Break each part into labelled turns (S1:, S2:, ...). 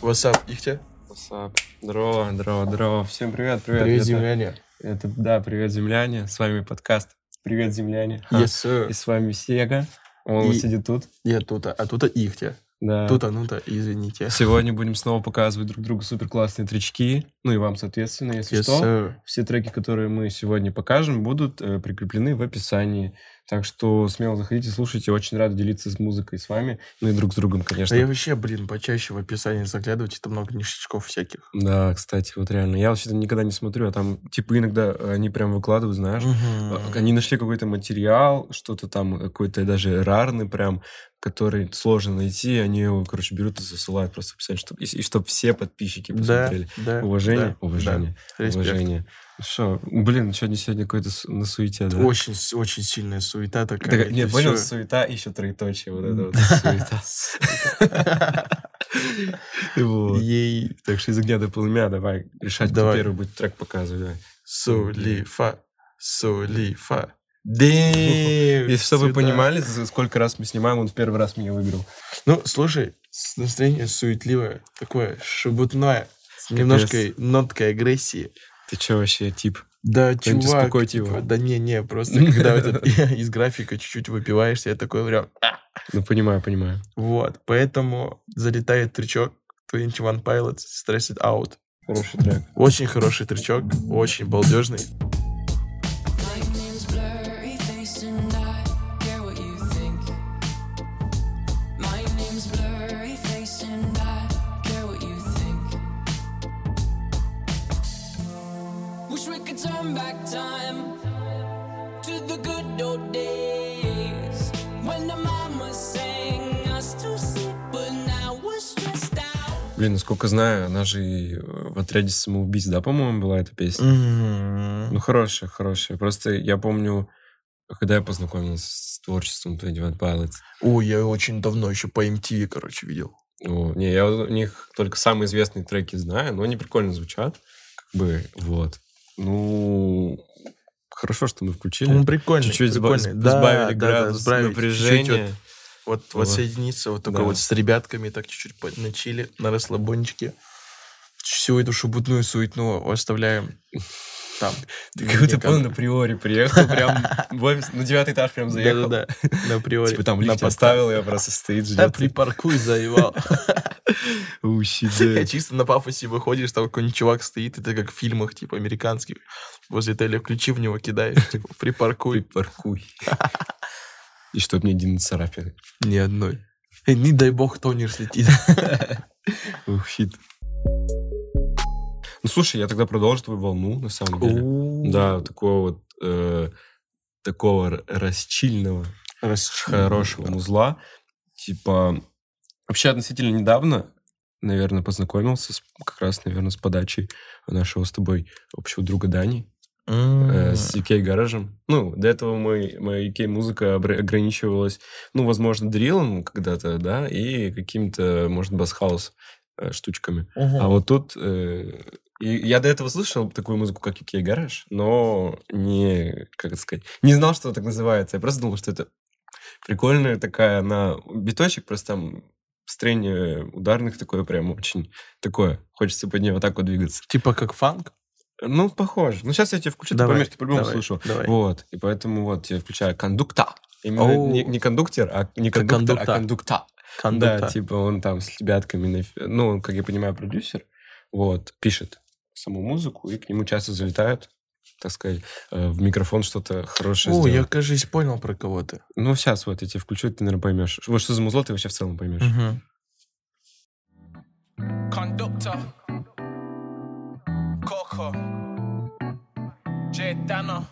S1: Васап, Ихтя.
S2: Васап. Здорово, здорово, здорово. Всем привет, привет.
S1: Привет,
S2: Это-
S1: земляне.
S2: Это, да, привет, земляне. С вами подкаст «Привет, земляне».
S1: Yes,
S2: И
S1: sir.
S2: с вами Сега. Он
S1: И-
S2: сидит тут.
S1: Я тута, а тута Ихтя.
S2: Да.
S1: Тута, ну-то, извините.
S2: Сегодня будем снова показывать друг другу супер классные тречки. Ну и вам, соответственно, если
S1: Yes,
S2: что.
S1: sir.
S2: Все треки, которые мы сегодня покажем, будут э, прикреплены в описании. Так что смело заходите, слушайте. Очень рады делиться с музыкой с вами. Ну и друг с другом,
S1: Да
S2: конечно.
S1: А я вообще, блин, почаще в описании заглядывайте, там много ништячков всяких.
S2: Да, кстати, вот реально. Я вообще-то никогда не смотрю, а там, типа, иногда они прям выкладывают, знаешь.
S1: Мгм.
S2: Они нашли какой-то материал, что-то там, э, какой-то даже рарный прям, который сложно найти, и они его, короче, берут и засылают просто писать, чтобы, и, чтобы все подписчики
S1: Да,
S2: посмотрели.
S1: да.
S2: уважение,
S1: да,
S2: уважение,
S1: да. Респект.
S2: уважение. Что, блин, сегодня, сегодня какой-то су- на суете, да?
S1: Очень, с- очень сильная суета
S2: Так,
S1: такая.
S2: нет,
S1: это
S2: понял,
S1: всё.
S2: суета, еще троеточие, вот это вот суета. Вот.
S1: Ей
S2: Так что из огня до полымя давай решать, кто
S1: Давай.
S2: первый будет трек показывать, давай.
S1: сулифа, сулифа.
S2: И
S1: Если
S2: чтобы вы понимали, за сколько раз мы снимаем, он в первый раз меня выиграл.
S1: Ну, слушай, с- настроение суетливое, такое шебутное, с немножко ноткой агрессии.
S2: Ты че вообще, тип?
S1: Да,
S2: Кто-нибудь
S1: чувак,
S2: успокойте его.
S1: типа, да не-не, просто когда вот этот из графика чуть-чуть выпиваешься, я такой прям,
S2: Ну, понимаю, понимаю.
S1: вот. Поэтому залетает трючок 21 Pilots Stressed Out.
S2: Хороший трек.
S1: Очень хороший трючок, очень балдежный.
S3: Lightning's blurry face and I care what you think. My name's blurry face and I care what you think. Wish we could turn back time to the good old days when the mama sang us to sleep, but now we're stressed out.
S2: Блин, насколько знаю, она же и э, в отряде самоубийц, да, по-моему, была эта песня? Ну,
S1: Мгм.
S2: хорошая, хорошая. Просто я помню, когда я познакомился с творчеством 21 Pilots.
S1: Ой, я очень давно еще по MTV, короче, видел.
S2: О, не, я у них только самые известные треки знаю, но они прикольно звучат. Как бы, вот. Ну, хорошо, что мы
S1: Он
S2: включили.
S1: прикольный,
S2: Э, Чуть-чуть сба-
S1: прикольный. Ну,
S2: сбавили
S1: Да, да, да,
S2: градус
S1: сбавили чуть-чуть,
S2: напряжения.
S1: вот- Вот, вот,
S2: Вот.
S1: соединиться вот такой
S2: Да.
S1: вот с ребятками, так чуть-чуть по- на чили, на расслабончике. Всю эту шубутную суетну оставляем там.
S2: Ты как будто
S1: Никак.
S2: понял, на приоре приехал, прям в офис, на девятый этаж прям заехал.
S1: Да-да-да, на приоре.
S2: Типа там
S1: на
S2: лифт
S1: поста-
S2: поставил, я просто стоит,
S1: Да, типа.
S2: ждет.
S1: припаркуй, заевал.
S2: О,
S1: Я
S2: щит, типа,
S1: Чисто на пафосе выходишь, там какой-нибудь чувак стоит, и ты как в фильмах, типа, американских, возле отеля ключи в него кидаешь, типа, припаркуй.
S2: Припаркуй. И чтоб мне один царапин.
S1: Ни одной. И Э, не дай бог тонер слетит.
S2: Ух, щит. Ну, слушай, я тогда продолжу твою волну, на самом деле. Да, такого вот э, такого р- расчильного, хорошего музла. Типа, вообще относительно недавно, наверное, познакомился с- как раз, наверное, с подачей нашего с тобой общего друга Дани. э, с UK-гаражем. Ну, до этого мой, моя UK-музыка обра- ограничивалась, ну, возможно, дриллом когда-то, да, и каким-то, может, басхаус э, штучками. А вот тут... э, и я до этого слышал такую музыку, как UK-гараж, но не, как это сказать, не знал, что так называется. Я просто думал, что это прикольная такая, она биточек, просто там строение ударных такое прям очень такое. Хочется под нее вот так вот двигаться.
S1: Типа как фанк?
S2: Ну, похоже. Ну, сейчас я тебе включу,
S1: Давай,
S2: ты поймешь, ты по-любому
S1: давай,
S2: слышал.
S1: давай.
S2: Вот, и поэтому вот я включаю кондукта. Именно
S1: Оу.
S2: не, не кондуктор, а не
S1: Как
S2: кондуктор, а
S1: кондукта.
S2: кондукта. Да,
S1: Кондукта.
S2: типа он там с ребятками, на фи- ну, он, как я понимаю, продюсер, вот, пишет саму музыку, и к нему часто залетают, так сказать, э, в микрофон что-то хорошее
S1: О, я,
S2: сделать.
S1: кажется, понял про кого ты.
S2: Ну, сейчас вот я тебе включу, ты, наверное, поймешь. Вот что за музло, ты вообще в целом поймешь.
S4: Conductor. Coco. Jay Dana.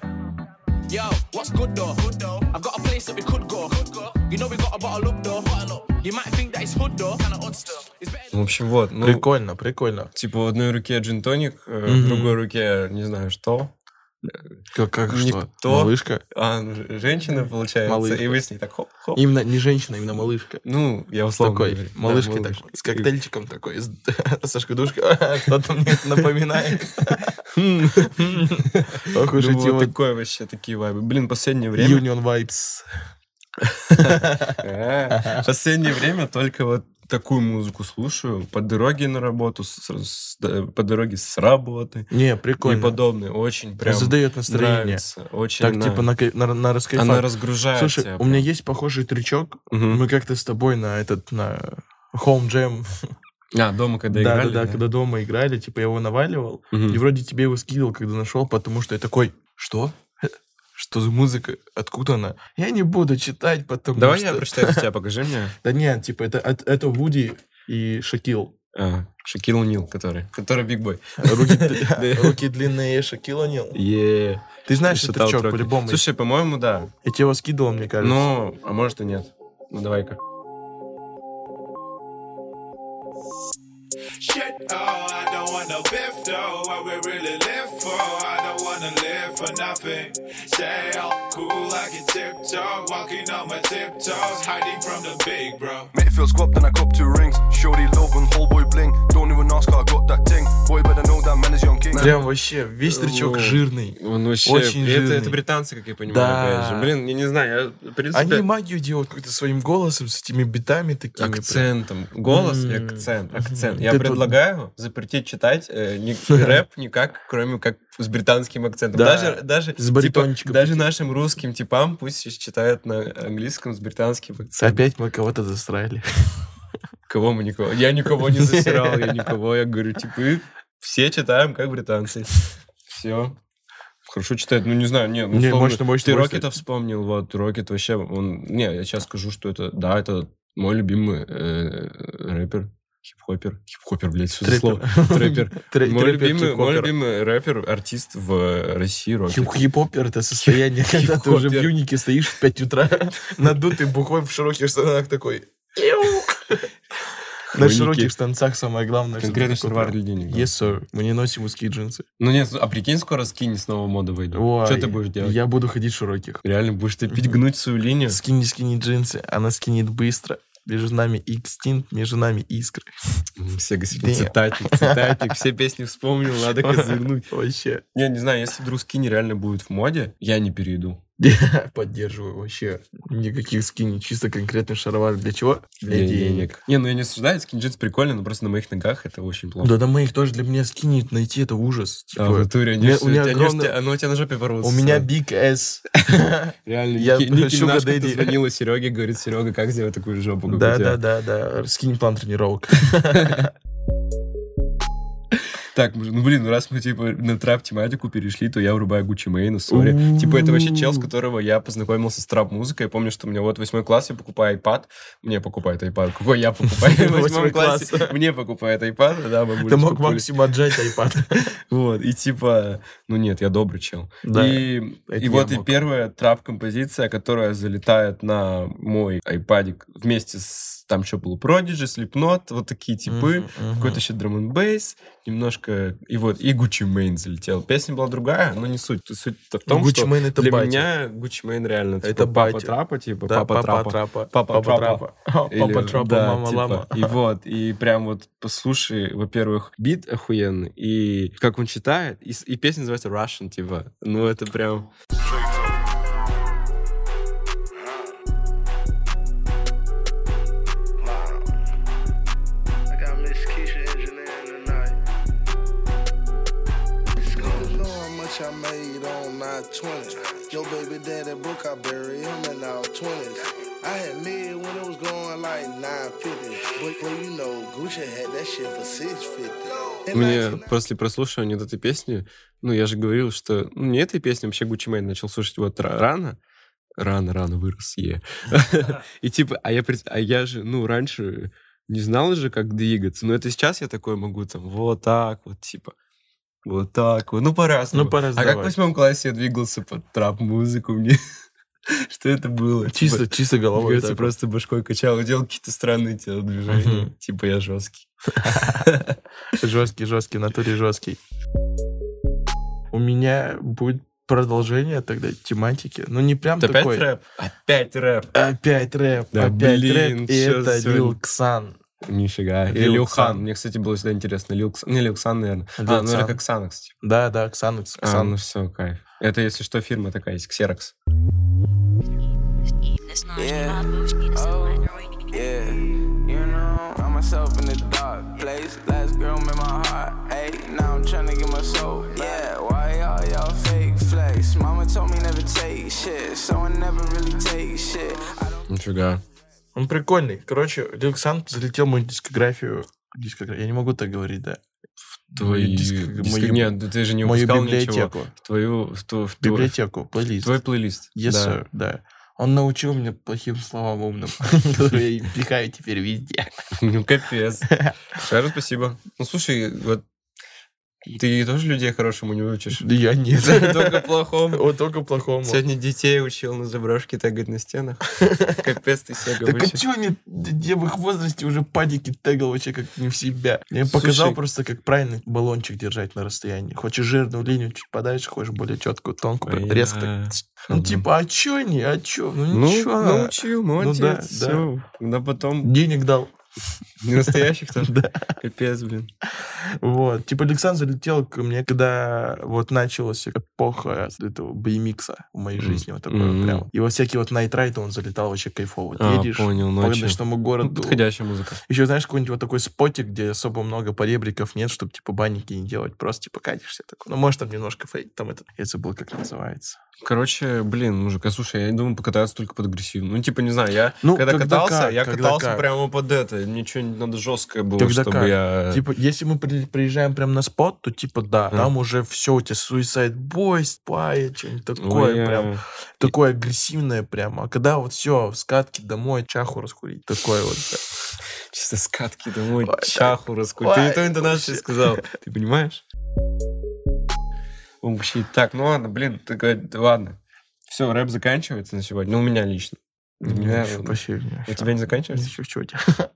S4: Yo, what's good though? Good though. I've got a place that we could go. Could go. You know we got a bottle up though. Bottle up. You might think that it's hood though. Kinda odd stuff. It's better.
S2: В общем, вот. Ну,
S1: Прикольно, прикольно.
S2: Типа в одной руке джин-тоник, э, в
S1: Мгм.
S2: другой руке не знаю что.
S1: Как, как
S2: Никто.
S1: что? Малышка?
S2: А, ну, ж- женщина, получается,
S1: Малышка.
S2: и вы с ней так хоп-хоп.
S1: Именно не женщина, именно малышка.
S2: Ну, я условно
S1: Такой,
S2: говорю. Да,
S1: малышкой
S2: малыш.
S1: такой, с коктейльчиком такой, с Сашка Душка, что-то мне это напоминает. Ох уж
S2: Ну, вот
S1: эти
S2: такое вообще, такие вайбы. Блин, последнее
S1: вот
S2: время...
S1: Union Vibes.
S2: Э, Последнее время только вот такую музыку слушаю по дороге на работу, с- с- да, по дороге с работы
S1: Не,
S2: и
S1: прикольно.
S2: подобное. Очень прям
S1: Задает настроение.
S2: нравится. Очень
S1: Так,
S2: на-
S1: типа, на, кай- на, на раскайфа-
S2: она разгружает
S1: Слушай,
S2: тебя
S1: у меня
S2: прям.
S1: есть похожий трючок.
S2: Мгм.
S1: Мы как-то с тобой на этот, на Home Jam.
S2: А, дома когда
S1: Да, да,
S2: играли?
S1: да, когда дома играли, типа, я его наваливал.
S2: Мгм.
S1: И вроде тебе его скидывал, когда нашел, потому что я такой, что? Что за музыка? Откуда она? Я не буду читать, потому
S2: Давай
S1: что...
S2: я прочитаю за тебя, покажи мне.
S1: Да нет, типа, это, от- это Вуди и Шакил.
S2: А, Шакил Нил, который. Который Биг Бой.
S1: Руки,
S2: Да.
S1: руки длинные, Шакил Нил.
S2: Е.
S1: Ты знаешь этот
S2: Шатал
S1: трючок
S2: треки.
S1: по-любому.
S2: Слушай, по-моему, да.
S1: Я тебе его скидывал, мне кажется.
S2: Ну, а может и нет. Ну, давай-ка.
S5: Shit, oh, I don't wanna live though. What we really live for? I don't wanna live for nothing. Stay all cool, I can tiptoe. Walking on my tiptoes, hiding from the big bro.
S6: Midfield squad, then I cop two rings. Shorty Logan, whole boy bling. Don't even ask, I got that thing. Boy, better know that man is young king.
S1: Прям вообще, весь трючок
S2: О.
S1: жирный.
S2: Он вообще...
S1: Очень
S2: это,
S1: жирный.
S2: это британцы, как я понимаю,
S1: Да.
S2: опять же. Блин, я не знаю, я, в принципе,
S1: Они магию делают какой-то своим голосом, с этими битами такими. прям.
S2: акцентом. Голос и
S1: М.
S2: акцент,
S1: Мгм.
S2: акцент. Я
S1: Ты тут-
S2: предлагаю запретить читать э, ни- рэп никак, кроме как с британским акцентом.
S1: Да.
S2: Даже, даже, типа,
S1: С баритончиком
S2: даже
S1: таким.
S2: нашим русским типам пусть читают на английском с британским акцентом.
S1: Опять мы кого-то засрали.
S2: Кого мы никого? Я никого не засирал, я никого. Я говорю, типы, все читаем, как британцы. Все. Хорошо читает. Ну, не знаю, не, ну,
S1: Не,
S2: условно,
S1: мощно, мощно,
S2: Ты
S1: мощно.
S2: Рокета вспомнил, вот, Рокет вообще, он... Не, я сейчас скажу, что это... Да, это мой любимый э, рэпер, хип-хопер. Хип-хопер, блядь, что за слово? Трэпер.
S1: Трэ-
S2: Мой
S1: трэпер,
S2: любимый, мой
S1: хип-хопер.
S2: любимый рэпер, артист в России, Рокет.
S1: Хип- Хип-хопер это состояние, когда ты уже в
S2: Хип-хопер.
S1: юнике стоишь в 5 утра, надутый бухой в широких штанах такой. «Иу». На
S2: Хроники.
S1: широких штанцах самое главное.
S2: Конкретно
S1: чтобы
S2: Шарвар
S1: такой прям,
S2: Леденник. да.
S1: Yes, sir. Мы не носим узкие джинсы.
S2: Ну нет, а прикинь, скоро скини снова мода выйдет.
S1: Ой,
S2: Что ты будешь делать?
S1: Я буду ходить в широких.
S2: Реально, будешь ты пить гнуть свою линию?
S1: Скини-скини джинсы, она скинет быстро. Между нами экстинт, между нами искры.
S2: М, Все гасили.
S1: Нет.
S2: Цитатик, цитатик, все песни вспомнил, надо козырнуть.
S1: Вообще.
S2: Не, не знаю, если вдруг скини реально будет в моде, я не перейду.
S1: Поддерживаю вообще. Никаких скини, чисто конкретный шаровар. Для чего? Для
S2: Не, не,
S1: денег.
S2: Не, ну я не осуждаю, скин джинс прикольно, но просто на моих ногах это очень плохо.
S1: Да, да мы их тоже для меня скинет найти, это ужас. Типа,
S2: А, в натуре, они
S1: у меня-
S2: ж-
S1: у меня
S2: они ж
S1: огромное-
S2: тебя- оно у тебя на жопе порвутся.
S1: У меня big S.
S2: Реально,
S1: я
S2: Ники- Ники
S1: sugar
S2: Минаж как-то
S1: daddy.
S2: звонила Сереге, говорит, Серега, как сделать такую жопу, как у
S1: Да,
S2: тебя?»
S1: да, да, да. Скинь план тренировок.
S2: Так, мужик, ну блин, ну раз мы типа на трап тематику перешли, то я врубаю Гуччи Мейна, сори. Типа это вообще чел, с которого я познакомился с трап музыкой. Я помню, что у меня вот восьмой класс, я покупаю iPad. Мне покупает iPad. Какой я покупаю в
S1: Восьмой
S2: восьмом
S1: класс.
S2: классе? Мне покупает iPad, да,
S1: Ты
S2: бабулечка
S1: мог
S2: Поля.
S1: максимум отжать iPad.
S2: Вот, и типа, ну нет, я добрый чел.
S1: Да,
S2: и
S1: это
S2: и
S1: я
S2: вот и
S1: мог.
S2: первая трап-композиция, которая залетает на мой iPad вместе с, там что было, Prodigy, Slipknot, вот такие типы.
S1: Мгм, мгм.
S2: Какой-то еще драм н бейс, немножко... И вот, и Гуччи Мейн залетел. Песня была другая, но не суть. Суть в том,
S1: Gucci
S2: что
S1: Mane это
S2: для
S1: батя.
S2: меня Гуччи Мейн реально типа,
S1: Это
S2: папа
S1: батя.
S2: трапа, типа
S1: Да,
S2: папа, трапа.
S1: трапа.
S2: Папа
S1: Папа
S2: трапа.
S1: трапа. Папа
S2: Или-
S1: трапа,
S2: да,
S1: мама
S2: типа.
S1: лама.
S2: И вот, и прям вот послушай, во-первых, бит охуенный, и как он читает, и, с- и песня называется Russian, типа. Ну, это прям...
S7: I got Miss Keisha engineering tonight. Nigga know how much I made on 920. Your baby daddy book, I buried him in our 20s. I had mid when it was going like 950. But, but you know, Gucci had that shit for 650. And
S2: Мне после прослушивания вот этой песни, ну, я же говорил, что ну, не этой песни, вообще Гуччи Мэйн начал слушать вот ра- рано, рано-рано вырос, е. И типа, а я, пред- а я же, ну, раньше не знал же, как двигаться, но это сейчас я такой могу там вот так вот, типа, вот так вот, ну, по-разному.
S1: Ну, по-разному,
S2: А как в
S1: давай.
S2: восьмом классе я двигался под трап-музыку мне? Что это было?
S1: Чисто,
S2: Типа,
S1: чисто
S2: мне
S1: головой.
S2: кажется,
S1: так вот.
S2: просто башкой качал, делал какие-то странные телодвижения.
S1: Мгм.
S2: Типа я жесткий.
S1: Жесткий, жесткий, в натуре жесткий. У меня будет продолжение тогда тематики. Ну, не прям
S2: Опять
S1: такой.
S2: рэп? Опять рэп.
S1: Опять рэп,
S2: Да,
S1: опять
S2: блин,
S1: рэп. И
S2: чё
S1: это
S2: сегодня?
S1: Лил Ксан.
S2: Нифига. Или
S1: Лил
S2: Лил
S1: Ксан.
S2: Хан. Мне, кстати, было всегда интересно. Лил Ксан. Не, Лил Ксан, наверное.
S1: Лил
S2: а, ну
S1: Ксан.
S2: это как Ксанакс. типа.
S1: Да, да, Ксан,
S2: А,
S1: Ксан.
S2: ну все, кайф. Это, если что, фирма такая есть, Ксерокс.
S8: Yeah. Oh. Yeah. You know, I'm myself in the dark place. Last girl made my heart ache. Now I'm tryna get my soul back. Yeah, why all y'all fake flex? Mama told me never take shit, so I never really take shit. I don't
S2: Нифига.
S1: Он прикольный. Короче, Лил Ксан залетел в мою дискографию. Дискогра- Я не могу так говорить, да. В
S2: Твои...
S1: мою диско-
S2: диско-
S1: мою-
S2: Нет, да ты же не
S1: мою
S2: упускал ничего.
S1: библиотеку.
S2: В твою... В, ту- в ту-
S1: Библиотеку,
S2: в
S1: плейлист.
S2: твой плейлист.
S1: Yes,
S2: да.
S1: sir, да. Он научил меня плохим словам умным, которые я пихаю теперь везде.
S2: Ну, капец. Шару, спасибо. Ну, слушай, вот ты тоже людей хорошему не выучишь.
S1: Да я нет.
S2: Только плохому.
S1: Вот только плохому.
S2: Сегодня детей учил на заброшке тегать на стенах. Капец ты себя
S1: Так а
S2: выучил.
S1: чё они д- я в их возрасте уже паники тегал вообще как не в себя? Я им
S2: Слушай.
S1: показал просто, как правильно баллончик держать на расстоянии. Хочешь жирную линию чуть подальше, хочешь более четкую, тонкую, прям резко. так.
S2: Понятно.
S1: Ну типа, а чё они, а чё? Ну
S2: Ну,
S1: ничего.
S2: научил,
S1: да,
S2: молодец, все. Но потом
S1: Денег дал.
S2: не настоящих тоже.
S1: Да.
S2: Капец, блин.
S1: Вот. Типа Александр залетел ко мне, когда вот началась эпоха этого BMX в моей
S2: Мгм.
S1: жизни. Вот такое
S2: Мгм.
S1: прям. И во всякие вот найтрайты он залетал вообще кайфово. Вот
S2: А,
S1: Едешь
S2: понял,
S1: по
S2: ночью.
S1: ночному
S2: Ну,
S1: городу.
S2: Подходящая музыка.
S1: Еще знаешь, какой-нибудь вот такой спотик, где особо много поребриков нет, чтобы типа банники не делать. Просто типа катишься такой. Ну, может, там немножко фейк, там это. Я забыл, как называется.
S2: Короче, блин, мужик, а слушай, я думаю, покататься только под агрессивно. Ну, типа, не знаю, я
S1: Ну,
S2: когда,
S1: когда
S2: катался,
S1: как,
S2: я
S1: когда
S2: катался
S1: как.
S2: прямо под это. Мне что-нибудь надо жесткое было,
S1: Когда
S2: чтобы
S1: как.
S2: я...
S1: Типа, если мы при- приезжаем прям на спот, то типа да, там уже все, у тебя Suicide Boys, пая, что-нибудь такое
S2: Ой,
S1: прям.
S2: э,
S1: Такое агрессивное прямо. А когда вот все, скатки домой, чаху раскурить. Такое вот. да.
S2: Чисто скатки домой,
S1: Ой,
S2: чаху раскурить. Ты
S1: Ой,
S2: не той интонацией
S1: вообще.
S2: сказал, ты понимаешь? Вообще, так, ну ладно, блин, ты говор- да ладно. Все, рэп заканчивается на сегодня, ну у меня лично. У меня-
S1: Ничего, Вообще, не-
S2: ну, У тебя не заканчивается?
S1: Ничего, чего у тебя?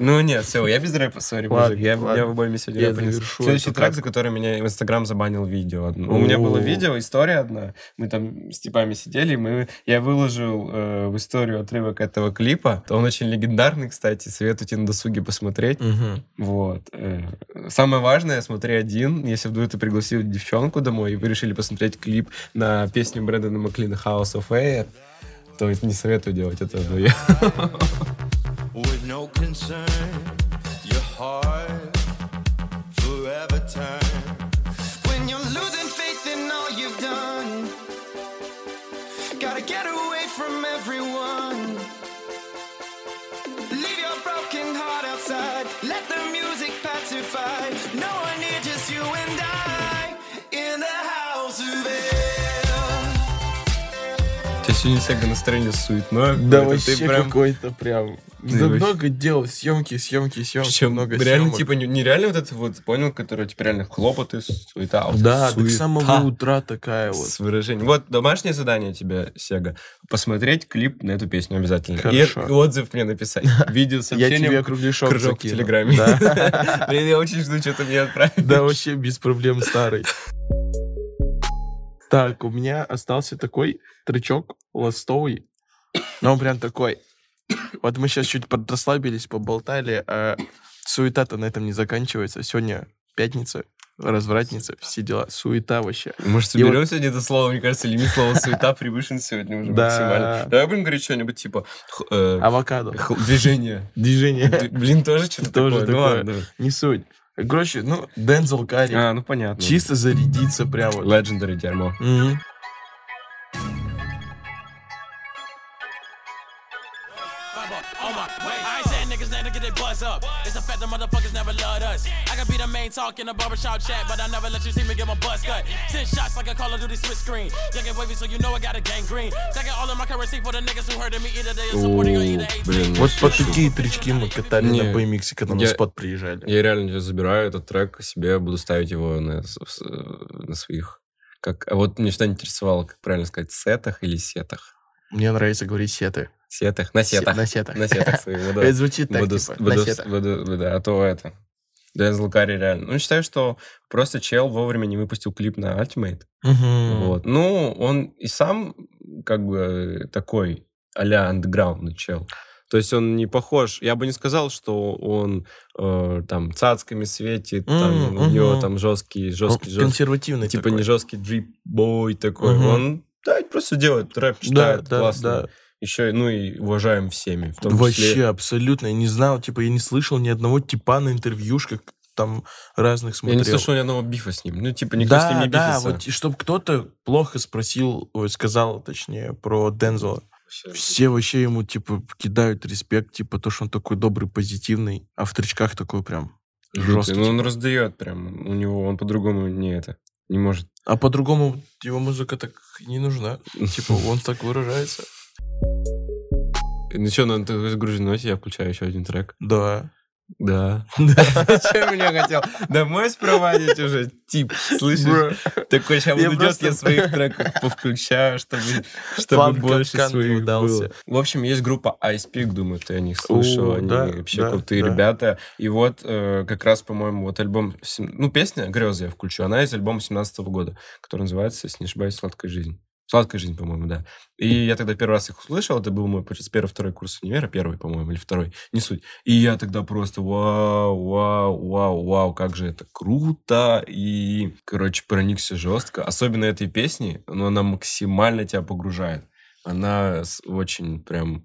S2: Ну нет, все, я без рэпа, сори,
S1: Ладно,
S2: мужик. Я,
S1: ладно.
S2: я в обойме сегодня
S1: Я
S2: рэпа не-
S1: завершу эту
S2: Следующий
S1: Ну.
S2: трек,
S1: катку.
S2: за который меня в Инстаграм забанил видео. одно. У меня было
S1: О.
S2: видео, история одна. Мы там с типами сидели, и мы, я выложил э, в историю отрывок этого клипа. Он очень легендарный, кстати, советую тебе на досуге посмотреть.
S1: Мгм.
S2: Вот. э, Самое важное, смотри один. Если вдруг ты пригласил девчонку домой, и вы решили посмотреть клип на песню Брэндона Маклина «House of Air», то это не советую делать это ну, вдвоем.
S5: with no concern. Your heart forever turned.
S3: When you're losing faith in all you've done, gotta get away from everyone. Leave your broken heart outside, let the music pacify. No one here, just you and I in the house of air.
S2: У тебя сегодня всякое настроение суетное.
S1: Да
S2: какое-то, ты
S1: вообще
S2: прям-
S1: какой-то прям.
S2: Ты
S1: Да
S2: вообще-
S1: много дел, съемки, съемки, съемки,
S2: Причем
S1: много
S2: реально,
S1: съемок.
S2: типа, не- нереально вот это вот, понял, которое типа реально хлопоты, суета. А вот
S1: Да,
S2: суета
S1: до самого утра такая вот.
S2: С выражением. Вот домашнее задание тебе, Сега, посмотреть клип на эту песню обязательно. И-
S1: Хорошо.
S2: И, отзыв мне написать. Видео
S1: Я
S2: сообщение.
S1: тебе кругляшок
S2: кружок в
S1: закину.
S2: Телеграме.
S1: Да.
S2: Блин, я очень жду, что ты мне отправишь.
S1: Да, вообще без проблем старый. Так, у меня остался такой тречок ластовый. Но он прям такой. Вот мы сейчас чуть подрасслабились, поболтали, а суета-то на этом не заканчивается. Сегодня пятница, развратница, все дела. Суета вообще.
S2: Может,
S1: И вот-
S2: соберем сегодня это слово? Мне кажется, лимит слова суета превышен сегодня уже
S1: Да.
S2: максимально. Давай будем говорить что-нибудь типа х- э,
S1: Авокадо.
S2: х- движение. Д-
S1: Движение.
S2: Блин, тоже что-то
S1: Тоже
S2: такое. Ну
S1: такое.
S2: ладно, давай.
S1: Не суть. Короче, ну, Дензел Карри.
S2: А, ну понятно.
S1: Чисто зарядиться прямо. вот.
S2: Legendary дерьмо.
S1: Мгм.
S4: I ain't saying niggas never get their buzz up. It's the fact that motherfuckers never loved us. I could be the main talk in a barbershop chat, but I never let you see me get my buzz cut. Send shots like a Call of Duty split screen. Young and wavy, so you know I got a gang green. Taking all of my currency for the niggas who heard me either they are supporting or either hating.
S2: Блин,
S1: Вот под такие тречки мы катали
S2: Не.
S1: на BMX, когда на
S2: Я-
S1: спот приезжали.
S2: Я реально тебя забираю этот трек себе, буду ставить его на, с- с- на своих. Как, а вот меня всегда интересовало, как правильно сказать, сетах или сетах?
S1: Мне нравится говорить сеты.
S2: Сетах. На сетах.
S1: На сетах.
S2: На сетах своих, да.
S1: Это звучит так,
S2: Буду-
S1: типа,
S2: буду-
S1: на сетах.
S2: буду- буду- А то это. Дензел Карри реально. Ну, считаю, что просто чел вовремя не выпустил клип на Ultimate.
S1: Мгм.
S2: Вот. Ну, он и сам как бы такой а-ля андеграундный чел. То есть он не похож. Я бы не сказал, что он э, там цацками светит, там,
S1: М,
S2: у него
S1: мгм.
S2: там жесткий,
S1: Он
S2: жесткий, жесткий.
S1: консервативный
S2: Типа
S1: такой.
S2: не жесткий джип-бой такой.
S1: Мгм.
S2: Он да, просто делает рэп,
S1: Да,
S2: читает
S1: да,
S2: классно.
S1: да.
S2: Еще, ну и уважаем всеми. В том
S1: Вообще,
S2: числе
S1: абсолютно. Я не знал, типа, я не слышал ни одного типа на интервьюшках там разных
S2: Я
S1: смотрел.
S2: не слышал ни одного бифа с ним. Ну, типа, никто
S1: да,
S2: с ним не
S1: да,
S2: бифится.
S1: вот, чтобы кто-то плохо спросил, ой, сказал, точнее, про Дензела. Все вообще ему, типа, кидают респект, типа, то, что он такой добрый, позитивный, а в тричках такой прям типа.
S2: Лютый.
S1: жесткий.
S2: Ну, он раздает прям. У него, он по-другому не это, не может.
S1: А по-другому его музыка так не нужна. Типа, он так выражается.
S2: Ну что, на такой загруженной ноте я включаю еще один трек.
S1: Да.
S2: Да. Че меня хотел? Домой спровадить уже, тип, слышишь? Такой, сейчас
S1: Я
S2: он идет,
S1: просто-
S2: я своих треков повключаю, чтобы, чтобы
S1: План
S2: больше
S1: капкан не
S2: своих
S1: удался.
S2: было. В общем, есть группа Ice Peak, думаю, ты о них слышал.
S1: О,
S2: Они
S1: да,
S2: вообще
S1: да,
S2: крутые
S1: да.
S2: ребята. И вот э, как раз, по-моему, вот альбом... сем- Ну, песня «Грезы» я включу. Она из альбома 17 года, который называется, если не ошибаюсь, «Сладкая жизнь». «Сладкая жизнь», по-моему, да. И я тогда первый раз их услышал, это был мой получается, первый-второй курс универа, первый, по-моему, или второй, не суть. И я тогда просто вау, вау, вау, вау, как же это круто. И, короче, проникся жестко. Особенно этой песни, но она максимально тебя погружает. Она с- очень прям...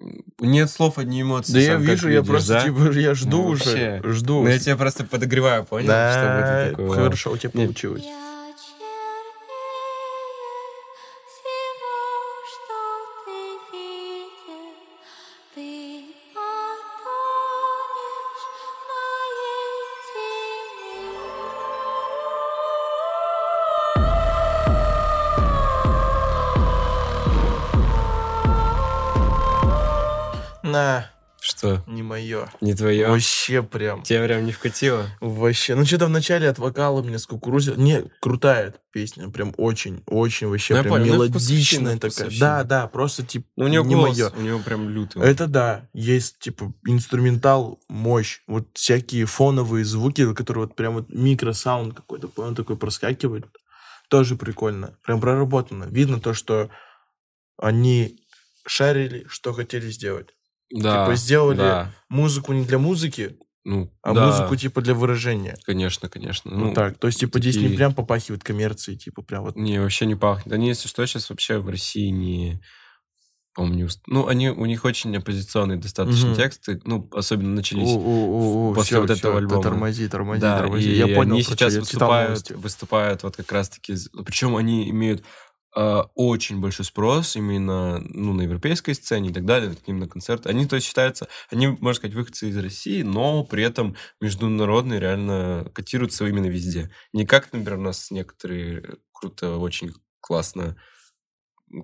S2: м, Нет слов, одни эмоции.
S1: Да я
S2: сам как
S1: вижу, я
S2: видишь,
S1: просто,
S2: да?
S1: типа, я жду
S2: Ну,
S1: уже.
S2: вообще.
S1: Жду.
S2: Ну, я тебя просто подогреваю, понял?
S1: Да,
S2: Чтобы ты такой, вау.
S1: хорошо, у тебя
S2: Не,
S1: получилось.
S9: Я чернее всего, что ты видел. Ты потонешь в моей тени.
S1: На,
S2: Что?
S1: не мое.
S2: Не твое?
S1: Вообще прям.
S2: Тебя прям не вкатило?
S1: Вообще. Ну, что-то вначале от вокала мне с кукурузил. Не, крутая эта песня. Прям очень, очень вообще
S2: Ну, я
S1: прям
S2: понял, ну, вкусовщина,
S1: мелодичная такая.
S2: вкусовщина.
S1: Да, да, просто типа
S2: Ну, у него
S1: не
S2: голос,
S1: моё.
S2: у него прям лютый.
S1: Это да, есть типа инструментал, мощь, вот всякие фоновые звуки, которые вот прям вот микросаунд какой-то, понял, такой проскакивает. Тоже прикольно, прям проработано. Видно то, что они шарили, что хотели сделать.
S2: да,
S1: типа, сделали-
S2: да.
S1: Музыку не для музыки,
S2: Ну,
S1: а
S2: да.
S1: музыку типа для выражения.
S2: Конечно, конечно.
S1: Ну, так, то есть типа здесь не
S2: такие-
S1: прям попахивает коммерцией, типа прям вот.
S2: Не, вообще не пахнет. Они, если что, сейчас вообще в России не... По-моему, не... уст- Ну, они, у них очень оппозиционные достаточно
S1: Мгм.
S2: тексты. Ну, особенно начались.
S1: О, о, о, о,
S2: После
S1: всё,
S2: вот этого
S1: всё,
S2: альбома.
S1: Тормози, тормози,
S2: да,
S1: тормози.
S2: и
S1: я понял,
S2: они
S1: про чё,
S2: сейчас
S1: я читал
S2: выступают,
S1: новости.
S2: выступают вот как раз-таки... Причем они имеют э, очень большой спрос именно ну, на европейской сцене и так далее, к ним на концерты. Они, то есть, считаются... Они, можно сказать, выходцы из России, но при этом международные реально котируются именно везде. Не как, например, у нас некоторые э, круто, очень классно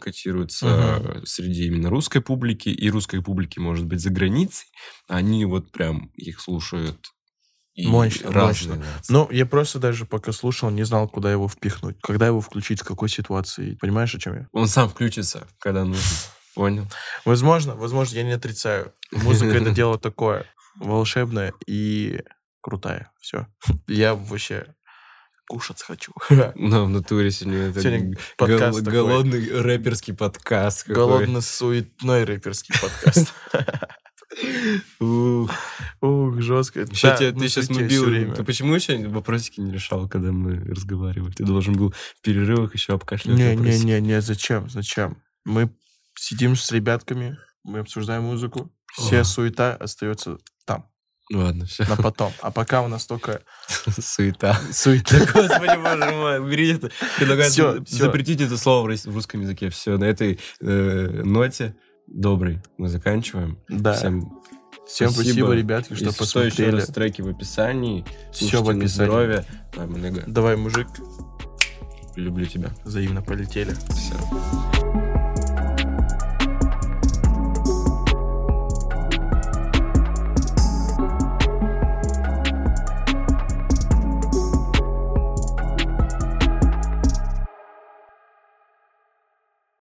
S2: котируются среди именно русской публики, и русской публики, может быть, за границей. Они вот прям их слушают. И
S1: Мощно,
S2: разные
S1: мощно.
S2: нации.
S1: Ну, я просто даже пока слушал, не знал, куда его впихнуть. Когда его включить, в какой ситуации. Понимаешь, о чем я?
S2: Он сам включится, когда нужно. Понял?
S1: Возможно, возможно, я не отрицаю. Музыка — это дело такое волшебное и крутая. Все. Я вообще кушать хочу.
S2: Ну, в натуре сегодня это
S1: Сегодня
S2: г-
S1: подкаст
S2: гол-
S1: такой.
S2: голодный рэперский подкаст. какой.
S1: Голодно-суетной рэперский подкаст.
S2: Ух.
S1: Ух, жестко.
S2: Ща
S1: Да,
S2: тебя-
S1: на
S2: ты сейчас
S1: суете
S2: убил.
S1: всё время.
S2: Ты почему еще вопросики не решал, когда мы разговаривали? Ты должен был в перерывах еще обкашлять вопросики.
S1: Не-не-не, зачем? Зачем? Мы сидим с ребятками, мы обсуждаем музыку. Все
S2: О.
S1: суета остается там,
S2: Ну, Ладно, все.
S1: на потом. А пока у нас только
S2: Суета.
S1: суета.
S2: Господи, боже мой, уберите это. Предлагаю
S1: Всё,
S2: за-
S1: всё.
S2: запретите это слово в рус- в русском языке. Все, на этой э, ноте доброй мы заканчиваем.
S1: Да. Всем,
S2: Всем
S1: спасибо,
S2: спасибо.
S1: ребятки, что
S2: Если еще
S1: посмотрели.
S2: раз треки в описании.
S1: Все в
S2: Слушайте на
S1: описании.
S2: здоровье. Там, Инега,
S1: Давай, мужик,
S2: люблю тебя.
S1: взаимно полетели.
S2: Всё.
S9: Thank